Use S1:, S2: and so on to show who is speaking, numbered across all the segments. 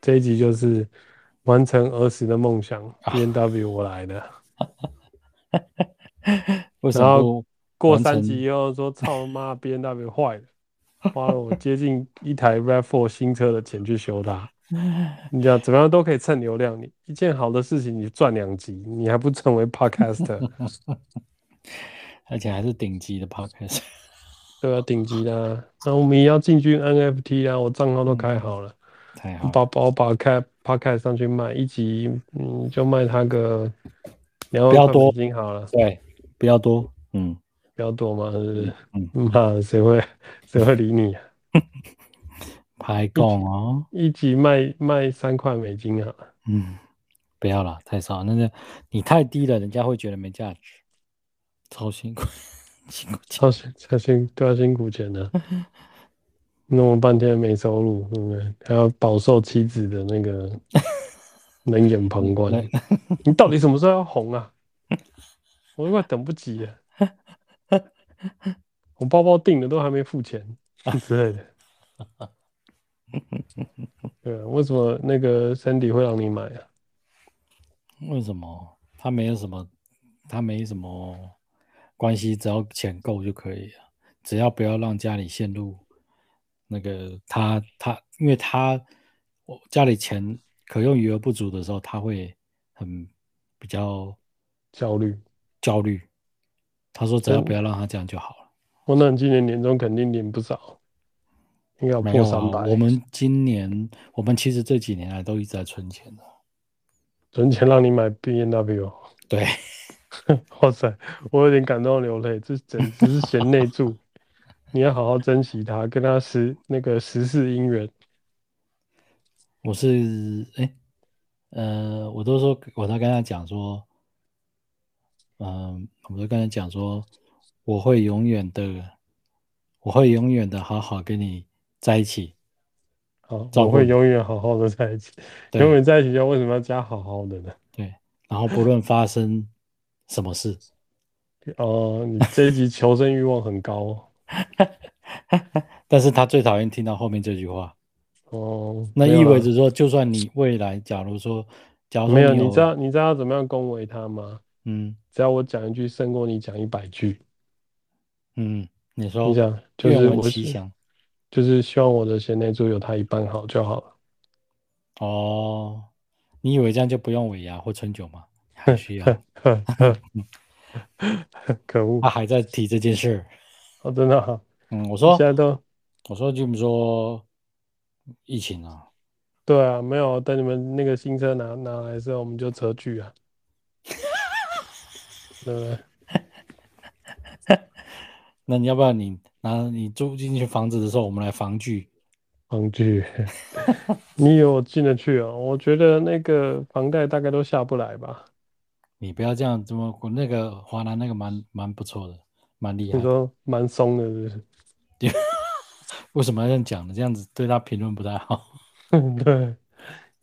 S1: 这一集就是完成儿时的梦想，B N W 我来的。
S2: 为什
S1: 然
S2: 么
S1: 后
S2: 不
S1: 过
S2: 完
S1: 三
S2: 成
S1: 集又说操妈 B N W 坏了，花了我接近一台 Rav4 新车的钱去修它。你讲怎么样都可以蹭流量，你一件好的事情你赚两集，你还不成为 Podcaster，
S2: 而且还是顶级的 podcast，
S1: 对啊，顶级的、啊。那我们也要进军 NFT 啊，我账号都开好了，
S2: 太好了，
S1: 把把我把开 Podcast 上去卖，一集嗯就卖它个两
S2: 不要
S1: 万块美
S2: 多
S1: 金好了。
S2: 对，不要多，嗯，
S1: 比较多嘛，是不是？
S2: 嗯
S1: 妈的，谁会谁会理你、啊？
S2: 拍供哦，
S1: 一集卖卖三块美金啊！
S2: 嗯，不要了，太少，那个你太低了，人家会觉得没价值，超辛苦， 辛苦
S1: 超辛 超辛对啊，辛苦钱的、啊，弄了半天没收入，对不对？还要饱受妻子的那 个冷眼旁观。你到底什么时候要红啊？我都快等不及了。我包包订了都还没付 钱之类的。对啊，为什么那个 Sandy 会让你买啊？
S2: 为什么？他没有什么，他没什么关系，只要钱够就可以了，只要不要让家里陷入那个他他，因为他我家里钱可用余额不足的时候，他会很比较
S1: 焦虑。
S2: 焦虑。他说只要
S1: 真
S2: 不要让他这样就好了。
S1: 我那你今年年终肯定领不少，应该有
S2: 没
S1: 破
S2: 有
S1: 三
S2: 啊，
S1: 百。
S2: 我们今年我们其实这几年来都一直在存钱的。
S1: 存钱让你买 B N W，
S2: 对，
S1: 哇塞，我有点感动流泪，这简直是贤内 助，你要好好珍惜它，跟它时那个时事姻缘。
S2: 我是哎，呃，我都说，我都跟他讲说，嗯、我都跟他讲说，我会永远的，我会永远的好好跟你在一起。
S1: 好，
S2: 照
S1: 我
S2: 顾
S1: 会永远好好的在一起，
S2: 对
S1: 永远在一起要为什么要加好好的呢？
S2: 对，然后不论发生什么事，
S1: 哦，你这一集求生欲望很高哦
S2: 但是他最讨厌听到后面这句话，
S1: 哦，
S2: 那
S1: 没有
S2: 意味
S1: 啦
S2: 着说，就算你未来，假如说，假如说
S1: 没有，
S2: 你
S1: 你知道你知道要怎么样恭维他吗？
S2: 嗯
S1: 只要我讲一句胜过你讲一百句，
S2: 嗯，你说
S1: 你想就是
S2: 愿闻
S1: 我
S2: 其
S1: 是
S2: 详
S1: 就是希望我的贤内助有他一半好就好了。
S2: 哦，你以为这样就不用尾牙或春酒 吗？还需要。
S1: 可恶
S2: 他！还在提这件事儿。
S1: 哦，真的啊，
S2: 嗯，我说
S1: 现，在都
S2: 我说就说疫情啊，
S1: 对啊，没有等你们那个新车拿拿来的时候，我们就车距 啊，对不对？
S2: 那你要不要你拿你住进去房子的时候，我们来防具？
S1: 房距， 你以为我进得去啊？我觉得那个房贷大概都下不来吧？
S2: 你不要这样，这么那个华南那个蛮蛮不错的，蛮厉害
S1: 你
S2: 的。
S1: 说蛮松的，是不是？
S2: 为什么要这样讲呢？这样子对他评论不太好。
S1: 对，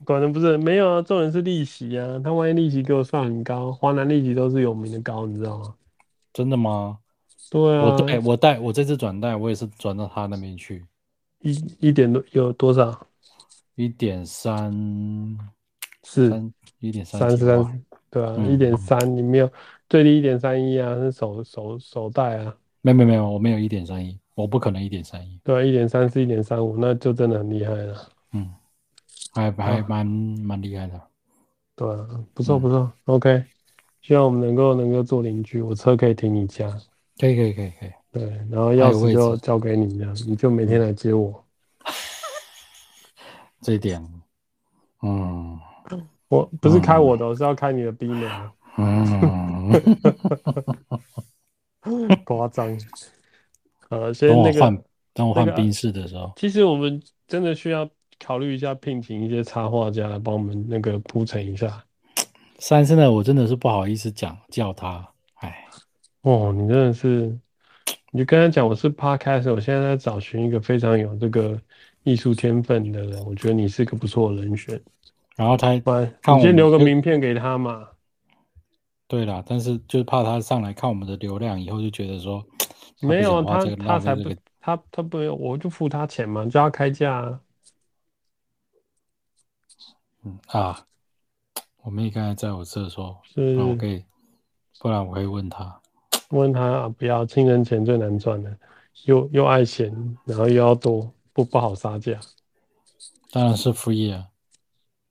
S1: 管的不是没有啊，重点是利息啊。他万一利息给我算很高，华南利息都是有名的高，你知道吗？
S2: 真的吗？
S1: 对啊，
S2: 我哦对我带我这次转贷，我也是转到他那边去，
S1: 一一点多有多少？
S2: 一点三
S1: 是
S2: 三一点
S1: 三
S2: 三
S1: 十三，对啊，
S2: 嗯
S1: 一点三，你没有最低一点三一啊，是手手手贷啊，
S2: 没有没有没有，我没有一点三一，我不可能一点三一。
S1: 对啊，一点三四、一点三五，那就真的很厉害了，
S2: 嗯，还还
S1: 啊
S2: 蛮蛮厉害的。
S1: 对啊，不
S2: 嗯
S1: 错不错，OK，希望我们能够能够做邻居，我车可以停你家，
S2: 可以可以可以可以，
S1: 对，然后钥
S2: 还有
S1: 匙
S2: 位置
S1: 就交给你了，你就每天来接我，
S2: 这一点，嗯
S1: 我不是开我的哦，是要开你的 B 门，啊
S2: 嗯，
S1: 夸张，呃，先
S2: 等我
S1: 那个。
S2: 换等我
S1: 那个啊
S2: 换冰室的时候，
S1: 其实我们真的需要考虑一下聘请一些插画家来帮我们那个铺陈一下。
S2: 三次呢，我真的是不好意思讲叫他，哎，
S1: 哦，你真的是，你就跟他讲我是 podcast，我现在在找寻一个非常有这个艺术天分的人，我觉得你是个不错的人选。
S2: 然后他
S1: 不然
S2: 看
S1: 你先
S2: 我们
S1: 留个
S2: 就
S1: 名片给他嘛。
S2: 对啦，但是就怕他上来看我们的流量以后就觉得说，他
S1: 没有
S2: 不
S1: 啊，他
S2: 想花这个
S1: 他
S2: 浪
S1: 才
S2: 费
S1: 不
S2: 这个，，
S1: 他他不，我就付他钱嘛，叫他开价啊。
S2: 嗯啊，我妹刚才在我这说，不
S1: 是
S2: 然我可以，不然我可以问她，
S1: 问他、啊、不要，亲人钱最难赚的，又又爱钱，然后又要多，不不好杀价，
S2: 当然是副业啊。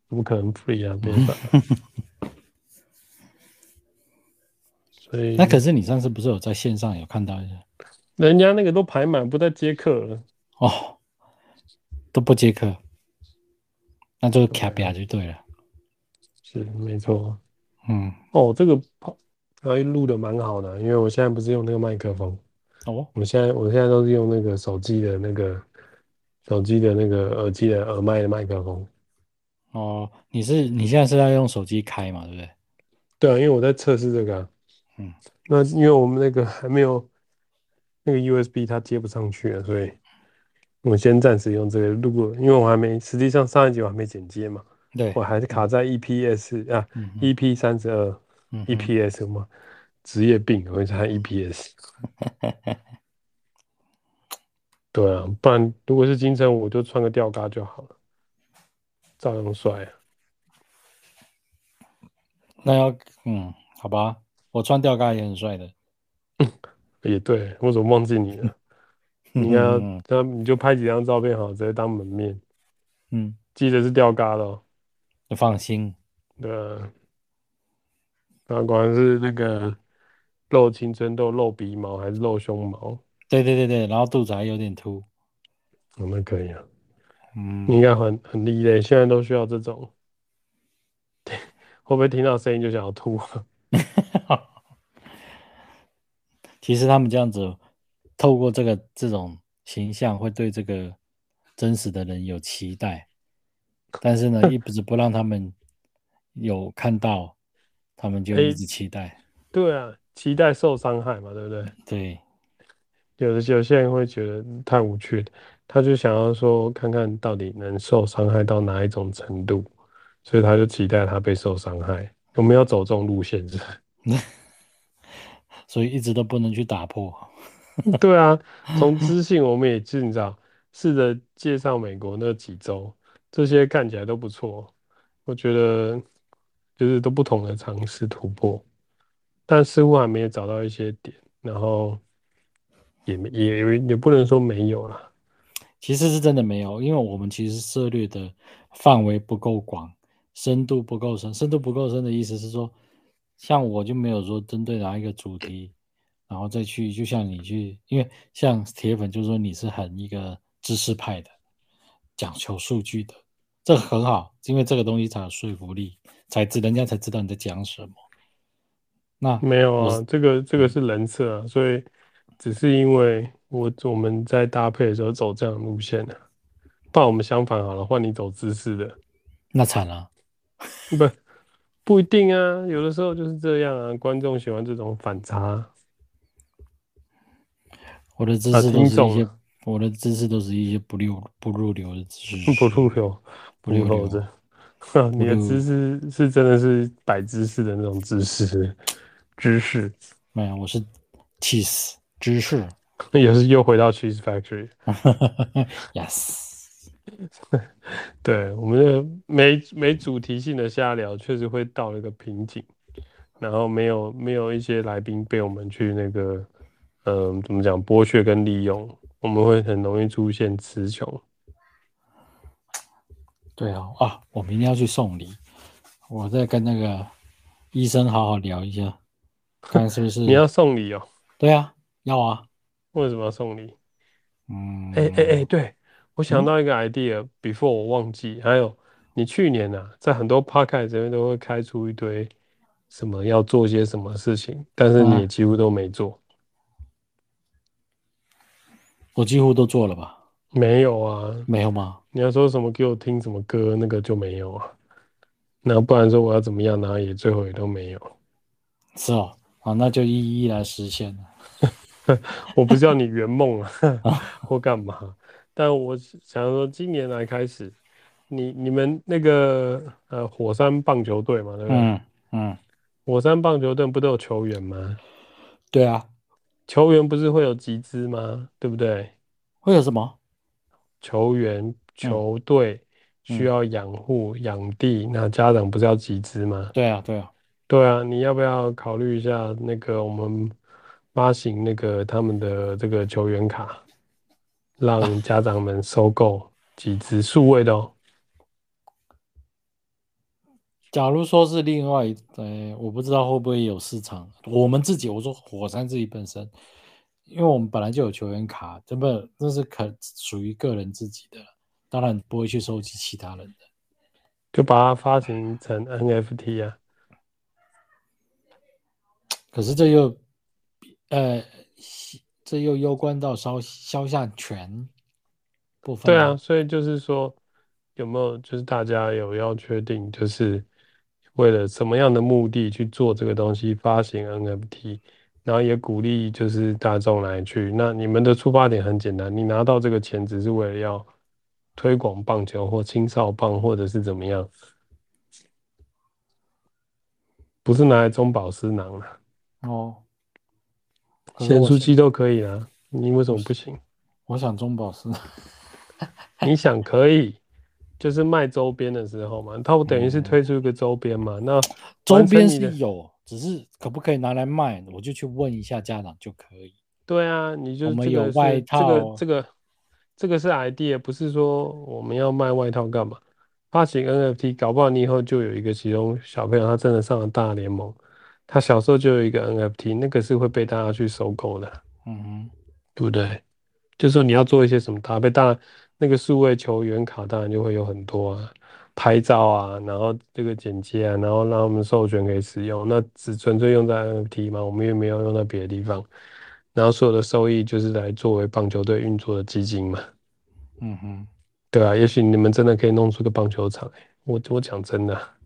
S1: 怎么可能 free 啊？别烦。 所以
S2: 那可是你上次不是有在线上有看到一下
S1: 人家那个都排满，不再接客了。
S2: 哦，都不接客，那就是卡比亚就对了。
S1: 是没错。
S2: 嗯，
S1: 哦，这个跑刚才录的蛮好的，因为我现在不是用那个麦克风，
S2: 哦，
S1: 我现在我现在都是用那个手机的那个手机的那个耳机的耳麦的麦克风。
S2: 哦，你是你现在是要用手机开嘛，对不对？
S1: 对啊，因为我在测试这个啊、
S2: 嗯，
S1: 那因为我们那个还没有那个 USB 它接不上去啊，所以我先暂时用这个录过，因为我还没，实际上上一集我还没剪接嘛，
S2: 对
S1: 我，还是卡在 EPS 啊
S2: 嗯哼
S1: ，EP 三十二
S2: 嗯哼
S1: ，EPS 嘛，职业病，我一 E 直喊 EPS。对啊，不然如果是金城武，我就穿个吊嘎就好了，照样帅啊。
S2: 那要嗯，好吧，我穿吊嘎也很帅的。
S1: 也对，我怎么忘记你了？ 你应该要
S2: 嗯
S1: 那你就拍几张照片好，直接当门面。
S2: 嗯，
S1: 记得是吊嘎的、哦，
S2: 你放心，
S1: 对啊。那果然是那个露青春痘、露鼻毛还是露胸毛，
S2: 对对对对，然后肚子还有点凸。
S1: 我们可以啊。你
S2: 嗯，
S1: 应该很很厉害，现在都需要这种。 会不会听到声音就想要吐？
S2: 其实他们这样子，透过这个这种形象，会对这个真实的人有期待，但是呢，一直不让他们有看到，他们就
S1: 哎
S2: 一直期待。
S1: 对啊，期待受伤害嘛，对不对？
S2: 对，
S1: 有的有些人会觉得太无趣了，他就想要说看看到底能受伤害到哪一种程度，所以他就期待他被受伤害。我们要走这种路线是不是？
S2: 所以一直都不能去打破。
S1: 对啊，从知性我们也知你知道，试着介绍美国那几州，这些看起来都不错，我觉得就是都不同的尝试突破，但似乎还没有找到一些点，然后也没也也不能说没有啦。
S2: 其实是真的没有，因为我们其实涉猎的范围不够广，深度不够深。深度不够深的意思是说，像我就没有说针对哪一个主题，然后再去，就像你去，因为像铁粉就说你是很一个知识派的，讲求数据的，这很好，因为这个东西才有说服力，才知人家才知道你在讲什么。那
S1: 没有
S2: 我
S1: 啊，这个这个是人设啊，所以只是因为我我们在搭配的时候走这样的路线的、啊，不然我们相反好了，换你走姿势的，
S2: 那惨了，
S1: 不不一定啊，有的时候就是这样啊，观众喜欢这种反差，
S2: 我的知
S1: 啊
S2: 识
S1: 听
S2: 都是一
S1: 懂
S2: 些，
S1: 了
S2: 我的知识都是一些不入不入流的知识，
S1: 不入流，嗯不入
S2: 不入
S1: 流
S2: 流
S1: 的。哼 你的
S2: 不入
S1: 姿势是真的是摆姿势的那种姿势，姿势
S2: 没有，我是 cheese 芝士
S1: 也是又回到 Cheese Factory。
S2: ，yes，
S1: 对，我们的没没主题性的瞎聊，确实会到了一个瓶颈，然后没有没有一些来宾被我们去那个，嗯、怎么讲剥削跟利用，我们会很容易出现词穷。
S2: 对哦啊，我明天要去送礼，我再跟那个医生好好聊一下，看是不是
S1: 你要送礼哦？
S2: 对啊，要啊，
S1: 为什么要送礼？
S2: 嗯，
S1: 哎哎哎，对，我想到一个 idea，before、我忘记，还有你去年啊，在很多 podcast 这边都会开出一堆什么要做些什么事情，但是你
S2: 啊
S1: 也几乎都没做。
S2: 我几乎都做了吧？
S1: 没有啊，
S2: 没有吗？
S1: 你要说什么给我听什么歌，那个就没有啊。那不然说我要怎么样，然后也最后也都没有。
S2: 是哦，啊，那就一一来实现了。
S1: 我不叫你圆梦啊， 或干嘛？但我想说，今年来开始，你你们那个呃火山棒球队嘛，对不对？
S2: 嗯嗯，
S1: 火山棒球队不都有球员吗？
S2: 对啊，
S1: 球员不是会有集资吗？对不对？
S2: 会有什么？
S1: 球员、球队、需要养护、养地，那家长不是要集资吗？
S2: 对啊，对啊，
S1: 对啊，你要不要考虑一下那个我们发行那个他们的这个球员卡，让家长们收购集资数位的哦？
S2: 假如说是另外一，呃，我不知道会不会有市场。我们自己，我说火山自己本身，因为我们本来就有球员卡，这不这是可属于个人自己的，当然不会去收集其他人的。
S1: 就把它发行成 NFT 啊？
S2: 可是这又，呃，这又攸关到肖肖像权部分。
S1: 对啊，，所以就是说，有没有就是大家有要确定，就是为了什么样的目的去做这个东西发行 NFT，然后也鼓励就是大众来去。那你们的出发点很简单，你拿到这个钱只是为了要推广棒球或青少棒，或者是怎么样，不是拿来中饱私囊啊，
S2: 哦，可是
S1: 咸
S2: 我
S1: 酥
S2: 想
S1: 鸡都可以啊，你为什么不行？
S2: 我想中饱 私囊。
S1: 你想可以，就是卖周边的时候嘛，它我等于是
S2: 嗯
S1: 推出一个周边嘛，那
S2: 周
S1: 完成
S2: 边
S1: 你的
S2: 是有，只是可不可以拿来卖，我就去问一下家长就可以。
S1: 对啊，你就
S2: 我
S1: 是
S2: 们
S1: 这
S2: 有
S1: 个是这
S2: 外
S1: 个
S2: 套
S1: 这个这个是 idea，不是说我们要卖外套干嘛？发行 NFT，搞不好你以后就有一个其中小朋友他真的上了大联盟，他小时候就有一个 NFT，那个是会被大家去收购的，
S2: 嗯哼，
S1: 对不对？就是说你要做一些什么搭配，当然那个数位球员卡当然就会有很多啊，拍照啊，然后这个剪接啊，然后让他们授权可以使用。那只纯粹用在 NFT 嘛，我们也没有用到别的地方。然后所有的收益就是来作为棒球队运作的基金嘛，
S2: 嗯哼，
S1: 对啊，也许你们真的可以弄出个棒球场、欸我我讲真的啊，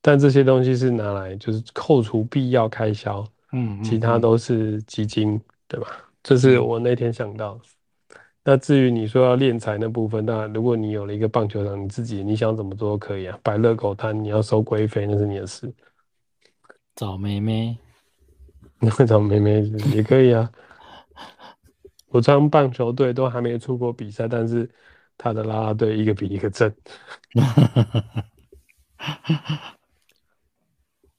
S1: 但这些东西是拿来就是扣除必要开销，
S2: 嗯哼，
S1: 其他
S2: 嗯
S1: 都是基金，对吧？这是
S2: 嗯
S1: 我那天想到的。那至于你说要练财那部分，那如果你有了一个棒球场，你自己你想怎么做都可以啊。摆乐狗摊，你要收规费那是你的事，
S2: 找妹妹，
S1: 那会找妹妹也可以啊。我常棒球队都还没出国比赛，但是他的啦啦队一个比一个正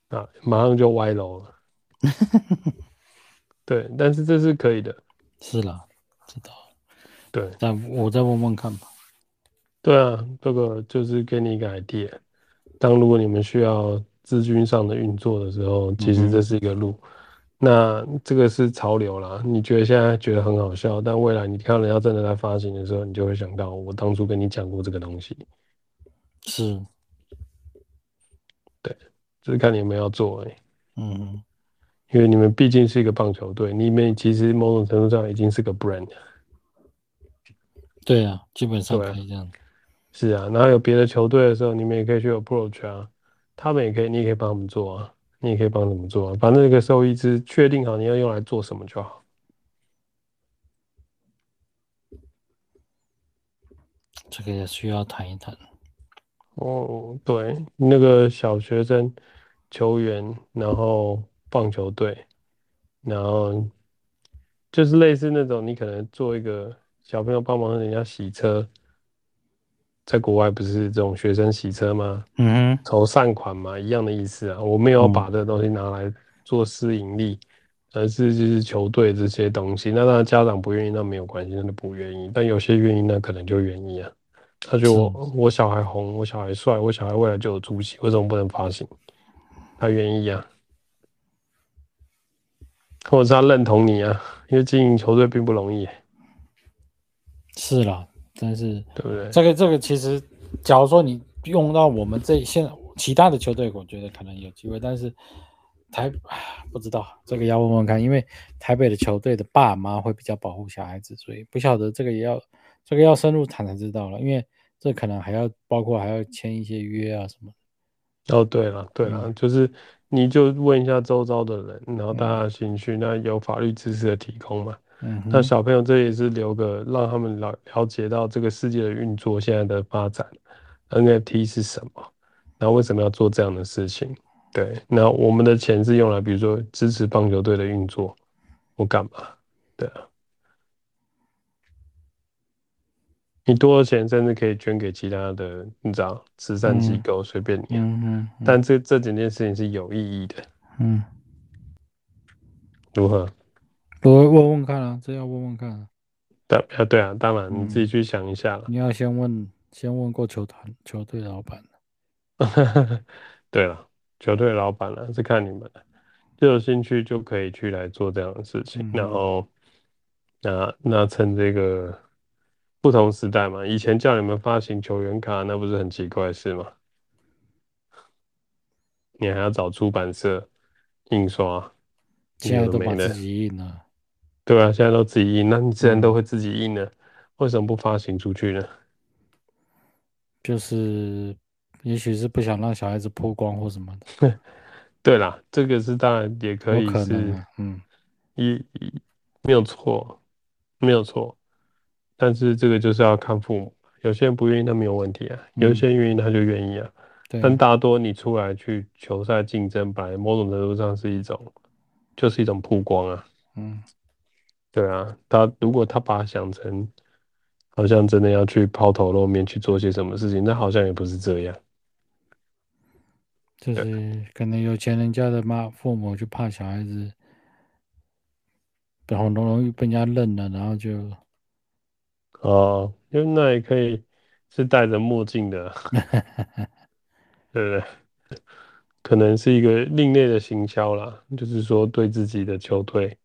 S1: 啊，马上就歪楼了。 对，但是这是可以的，
S2: 是啦，知道了。
S1: 对。
S2: 但我再问问看吧。
S1: 对啊，这个就是给你一个 idea。当如果你们需要资金上的运作的时候，其
S2: 嗯
S1: 实
S2: 哼
S1: 这是一个路。那这个是潮流啦，你觉得现在觉得很好笑，但未来你看人家真的在发行的时候，你就会想到我当初跟你讲过这个东西，
S2: 是，
S1: 只是看你有没有要做而已。
S2: 嗯哼，
S1: 因为你们毕竟是一个棒球队，你们其实某种程度上已经是个 brand 了。
S2: 对啊，基本上
S1: 对啊
S2: 可以这样。
S1: 是啊，然后有别的球队的时候，你们也可以去 approach 啊，他们也可以，你也可以帮他们做啊，你也可以帮他们做啊，反正这个收益是确定好你要用来做什么就好。
S2: 这个也需要谈一谈。
S1: 哦，对，那个小学生球员，然后棒球队，然后就是类似那种你可能做一个小朋友帮忙人家洗车，在国外不是这种学生洗车吗？
S2: 嗯哼，
S1: 筹善款嘛，一样的意思啊。我没有
S2: 嗯
S1: 把这个东西拿来做私盈利，而是就是球队这些东西。那当然家长不愿意，那没有关系，那就不愿意。但有些愿意，那可能就愿意啊。他觉得我我小孩红，我小孩帅，我小孩未来就有出息，为什么不能发行？他愿意啊，或者是他认同你啊，因为经营球队并不容易，
S2: 是啦，但是
S1: 对不对？
S2: 这个这个其实，假如说你用到我们这现其他的球队，我觉得可能有机会，但是台唉不知道这个要问问看，因为台北的球队的爸妈会比较保护小孩子，所以不晓得这个也要这个要深入谈才知道了，因为这可能还要包括还要签一些约啊什么。
S1: 哦，对了，对了，就是你就问一下周遭的人，然后大家的兴趣，那有法律知识的提供嘛？
S2: 嗯
S1: 那
S2: 哼，
S1: 小朋友这也是留个让他们了了解到这个世界的运作现在的发展，NFT 是什么，然后为什么要做这样的事情？对，那我们的钱是用来，比如说支持棒球队的运作，我干嘛？对啊，你多的钱甚至可以捐给其他的，你知道，慈善机构随便你啊。
S2: 嗯嗯嗯
S1: 但这这几件事情是有意义的，
S2: 嗯，
S1: 如何？
S2: 我问问看啊，这要问问看啊。
S1: 当啊对啊，当然
S2: 嗯
S1: 你自己去想一下了。
S2: 你要先问，先问过球团球队老板。
S1: 对了，球队老板了是看你们的，就有兴趣就可以去来做这样的事情。
S2: 嗯
S1: 然后，那那趁这个不同时代嘛，以前叫你们发行球员卡，那不是很奇怪的事吗？你还要找出版社印刷，
S2: 现
S1: 有
S2: 在
S1: 的
S2: 都
S1: 没
S2: 把
S1: 的
S2: 自己印了，
S1: 对啊，现在都自己印，那你自然
S2: 嗯
S1: 都会自己印了，为什么不发行出去呢？
S2: 就是也许是不想让小孩子破光或什么的，
S1: 对啦，这个是当然也可
S2: 有
S1: 以
S2: 可
S1: 是
S2: 能啊。嗯
S1: 一一没有错，没有错，但是这个就是要看父母，有些人不愿意，那没有问题啊；有一些人愿意，他就愿意啊。
S2: 嗯对啊，
S1: 但大多你出来去球赛竞争，本来某种程度上是一种，就是一种曝光啊。
S2: 嗯
S1: 对啊，他如果他把它想成，好像真的要去抛头露面去做些什么事情，那好像也不是这样。呃
S2: 就是可能有钱人家的妈父母就怕小孩子，然后容容易被人家认了，然后就
S1: 哦，因为那也可以是戴着墨镜的啊，对不对？可能是一个另类的行销啦，就是说对自己的球队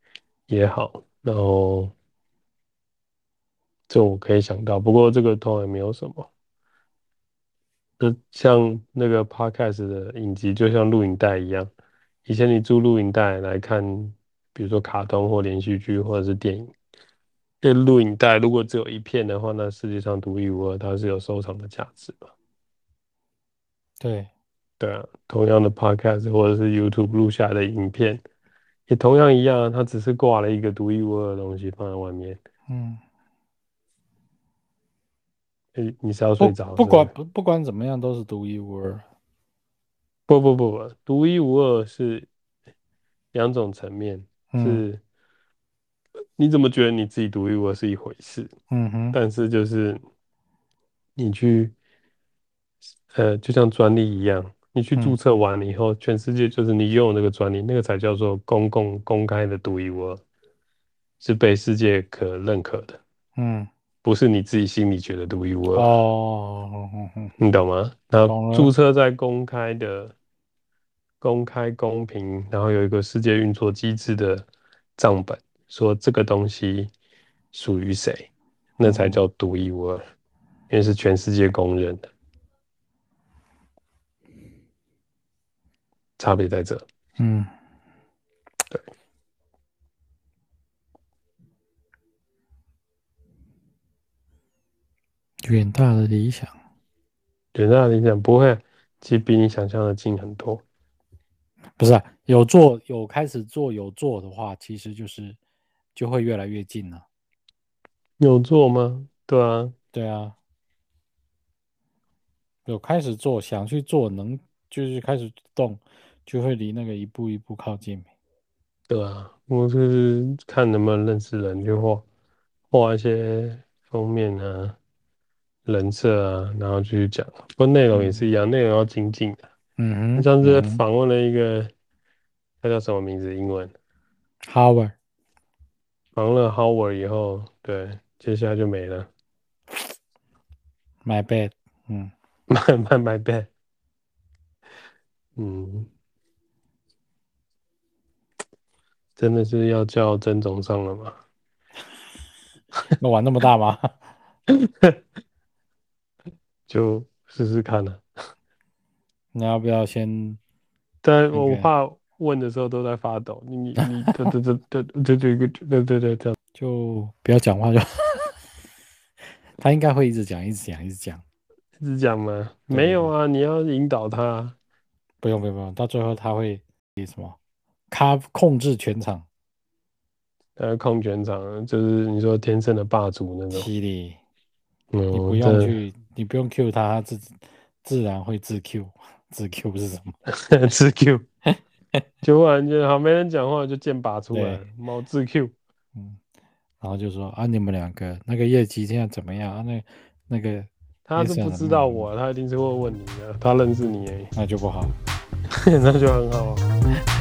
S1: 也好，然后这我可以想到，不过这个通常没有什么。就像那个 podcast 的影集，就像录影带一样，以前你租录影带来看，比如说卡通或连续剧或者是电影。这录影带如果只有一片的话，那世界上独一无二，它是有收藏的价值嘛？
S2: 对，
S1: 对啊，同样的 podcast 或者是 YouTube 录下来的影片，也同样一样啊，它只是挂了一个独一无二的东西放在外面。
S2: 嗯，
S1: 诶，你是要
S2: 不
S1: 睡着？
S2: 不
S1: 是
S2: 管
S1: 是
S2: 不不管怎么样都是独一无二，
S1: 不不不不，独一无二是两种层面，
S2: 嗯
S1: 是你怎么觉得你自己独一无二是一回事，
S2: 嗯哼，
S1: 但是就是你去，呃，就像专利一样，你去
S2: 嗯
S1: 注册完了以后，全世界就是你拥有那个专利，那个才叫做公共公开的独一无二，是被世界可认可的，
S2: 嗯
S1: 不是你自己心里觉得独一无二，
S2: 哦，嗯嗯嗯
S1: 你懂吗？然
S2: 懂
S1: 后
S2: 了
S1: 注册在公开的、公开公平，然后有一个世界运作机制的账本，说这个东西属于谁，那才
S2: 嗯
S1: 叫独一无二，因为是全世界公认的。差别在这。
S2: 嗯，对，远大的理想，
S1: 远大的理想不会，其实比你想象的近很多。
S2: 不是啊、有做有开始做有做的话，其实就是就会越来越近了。
S1: 有做吗？对啊，
S2: 对啊，有开始做，想去做，能就是开始动，就会离那个一步一步靠近。
S1: 对啊，我就是看能不能认识人，就画画一些封面啊、人设啊，然后去讲。不过内容也是一样，内容要精进的。
S2: 嗯哼，
S1: 上次
S2: 嗯哼
S1: 访问了一个，他叫什么名字？英文
S2: Howard，
S1: 访问了 Howard 以后，对，接下来就没了。
S2: my bad，嗯，
S1: 卖卖卖呗，嗯，真的是要叫曾总上了吗？
S2: 那玩那么大吗？
S1: 就试试看啊了、
S2: 你要不要先？
S1: 但我
S2: OK
S1: 怕问的时候都在发抖，你你你，对 对对对对对对对对对，这样
S2: 就不要讲话就好。 他应该会一直讲，一直讲，一直讲。
S1: 一直讲吗？
S2: 对
S1: 没有啊，你要引导他，
S2: 不用不用不用，到最后他会什么？他控制全场，
S1: 呃，控全场就是你说天生的霸主那种，
S2: 犀利。
S1: 嗯，
S2: 你不用去，你不用 Q 他，他自自然会自 Q。自 Q 是什么？
S1: 这自 Q，就忽然间好没人讲话就剑拔出来
S2: 对，
S1: 猫自 Q，
S2: 嗯，然后就说啊，你们两个那个业绩现在怎么样？啊，那那个
S1: 他是
S2: 啊
S1: 不知道
S2: 嗯
S1: 我，他一定是会问你的，他认识你而已，
S2: 那就不好。
S1: 那就很好啊。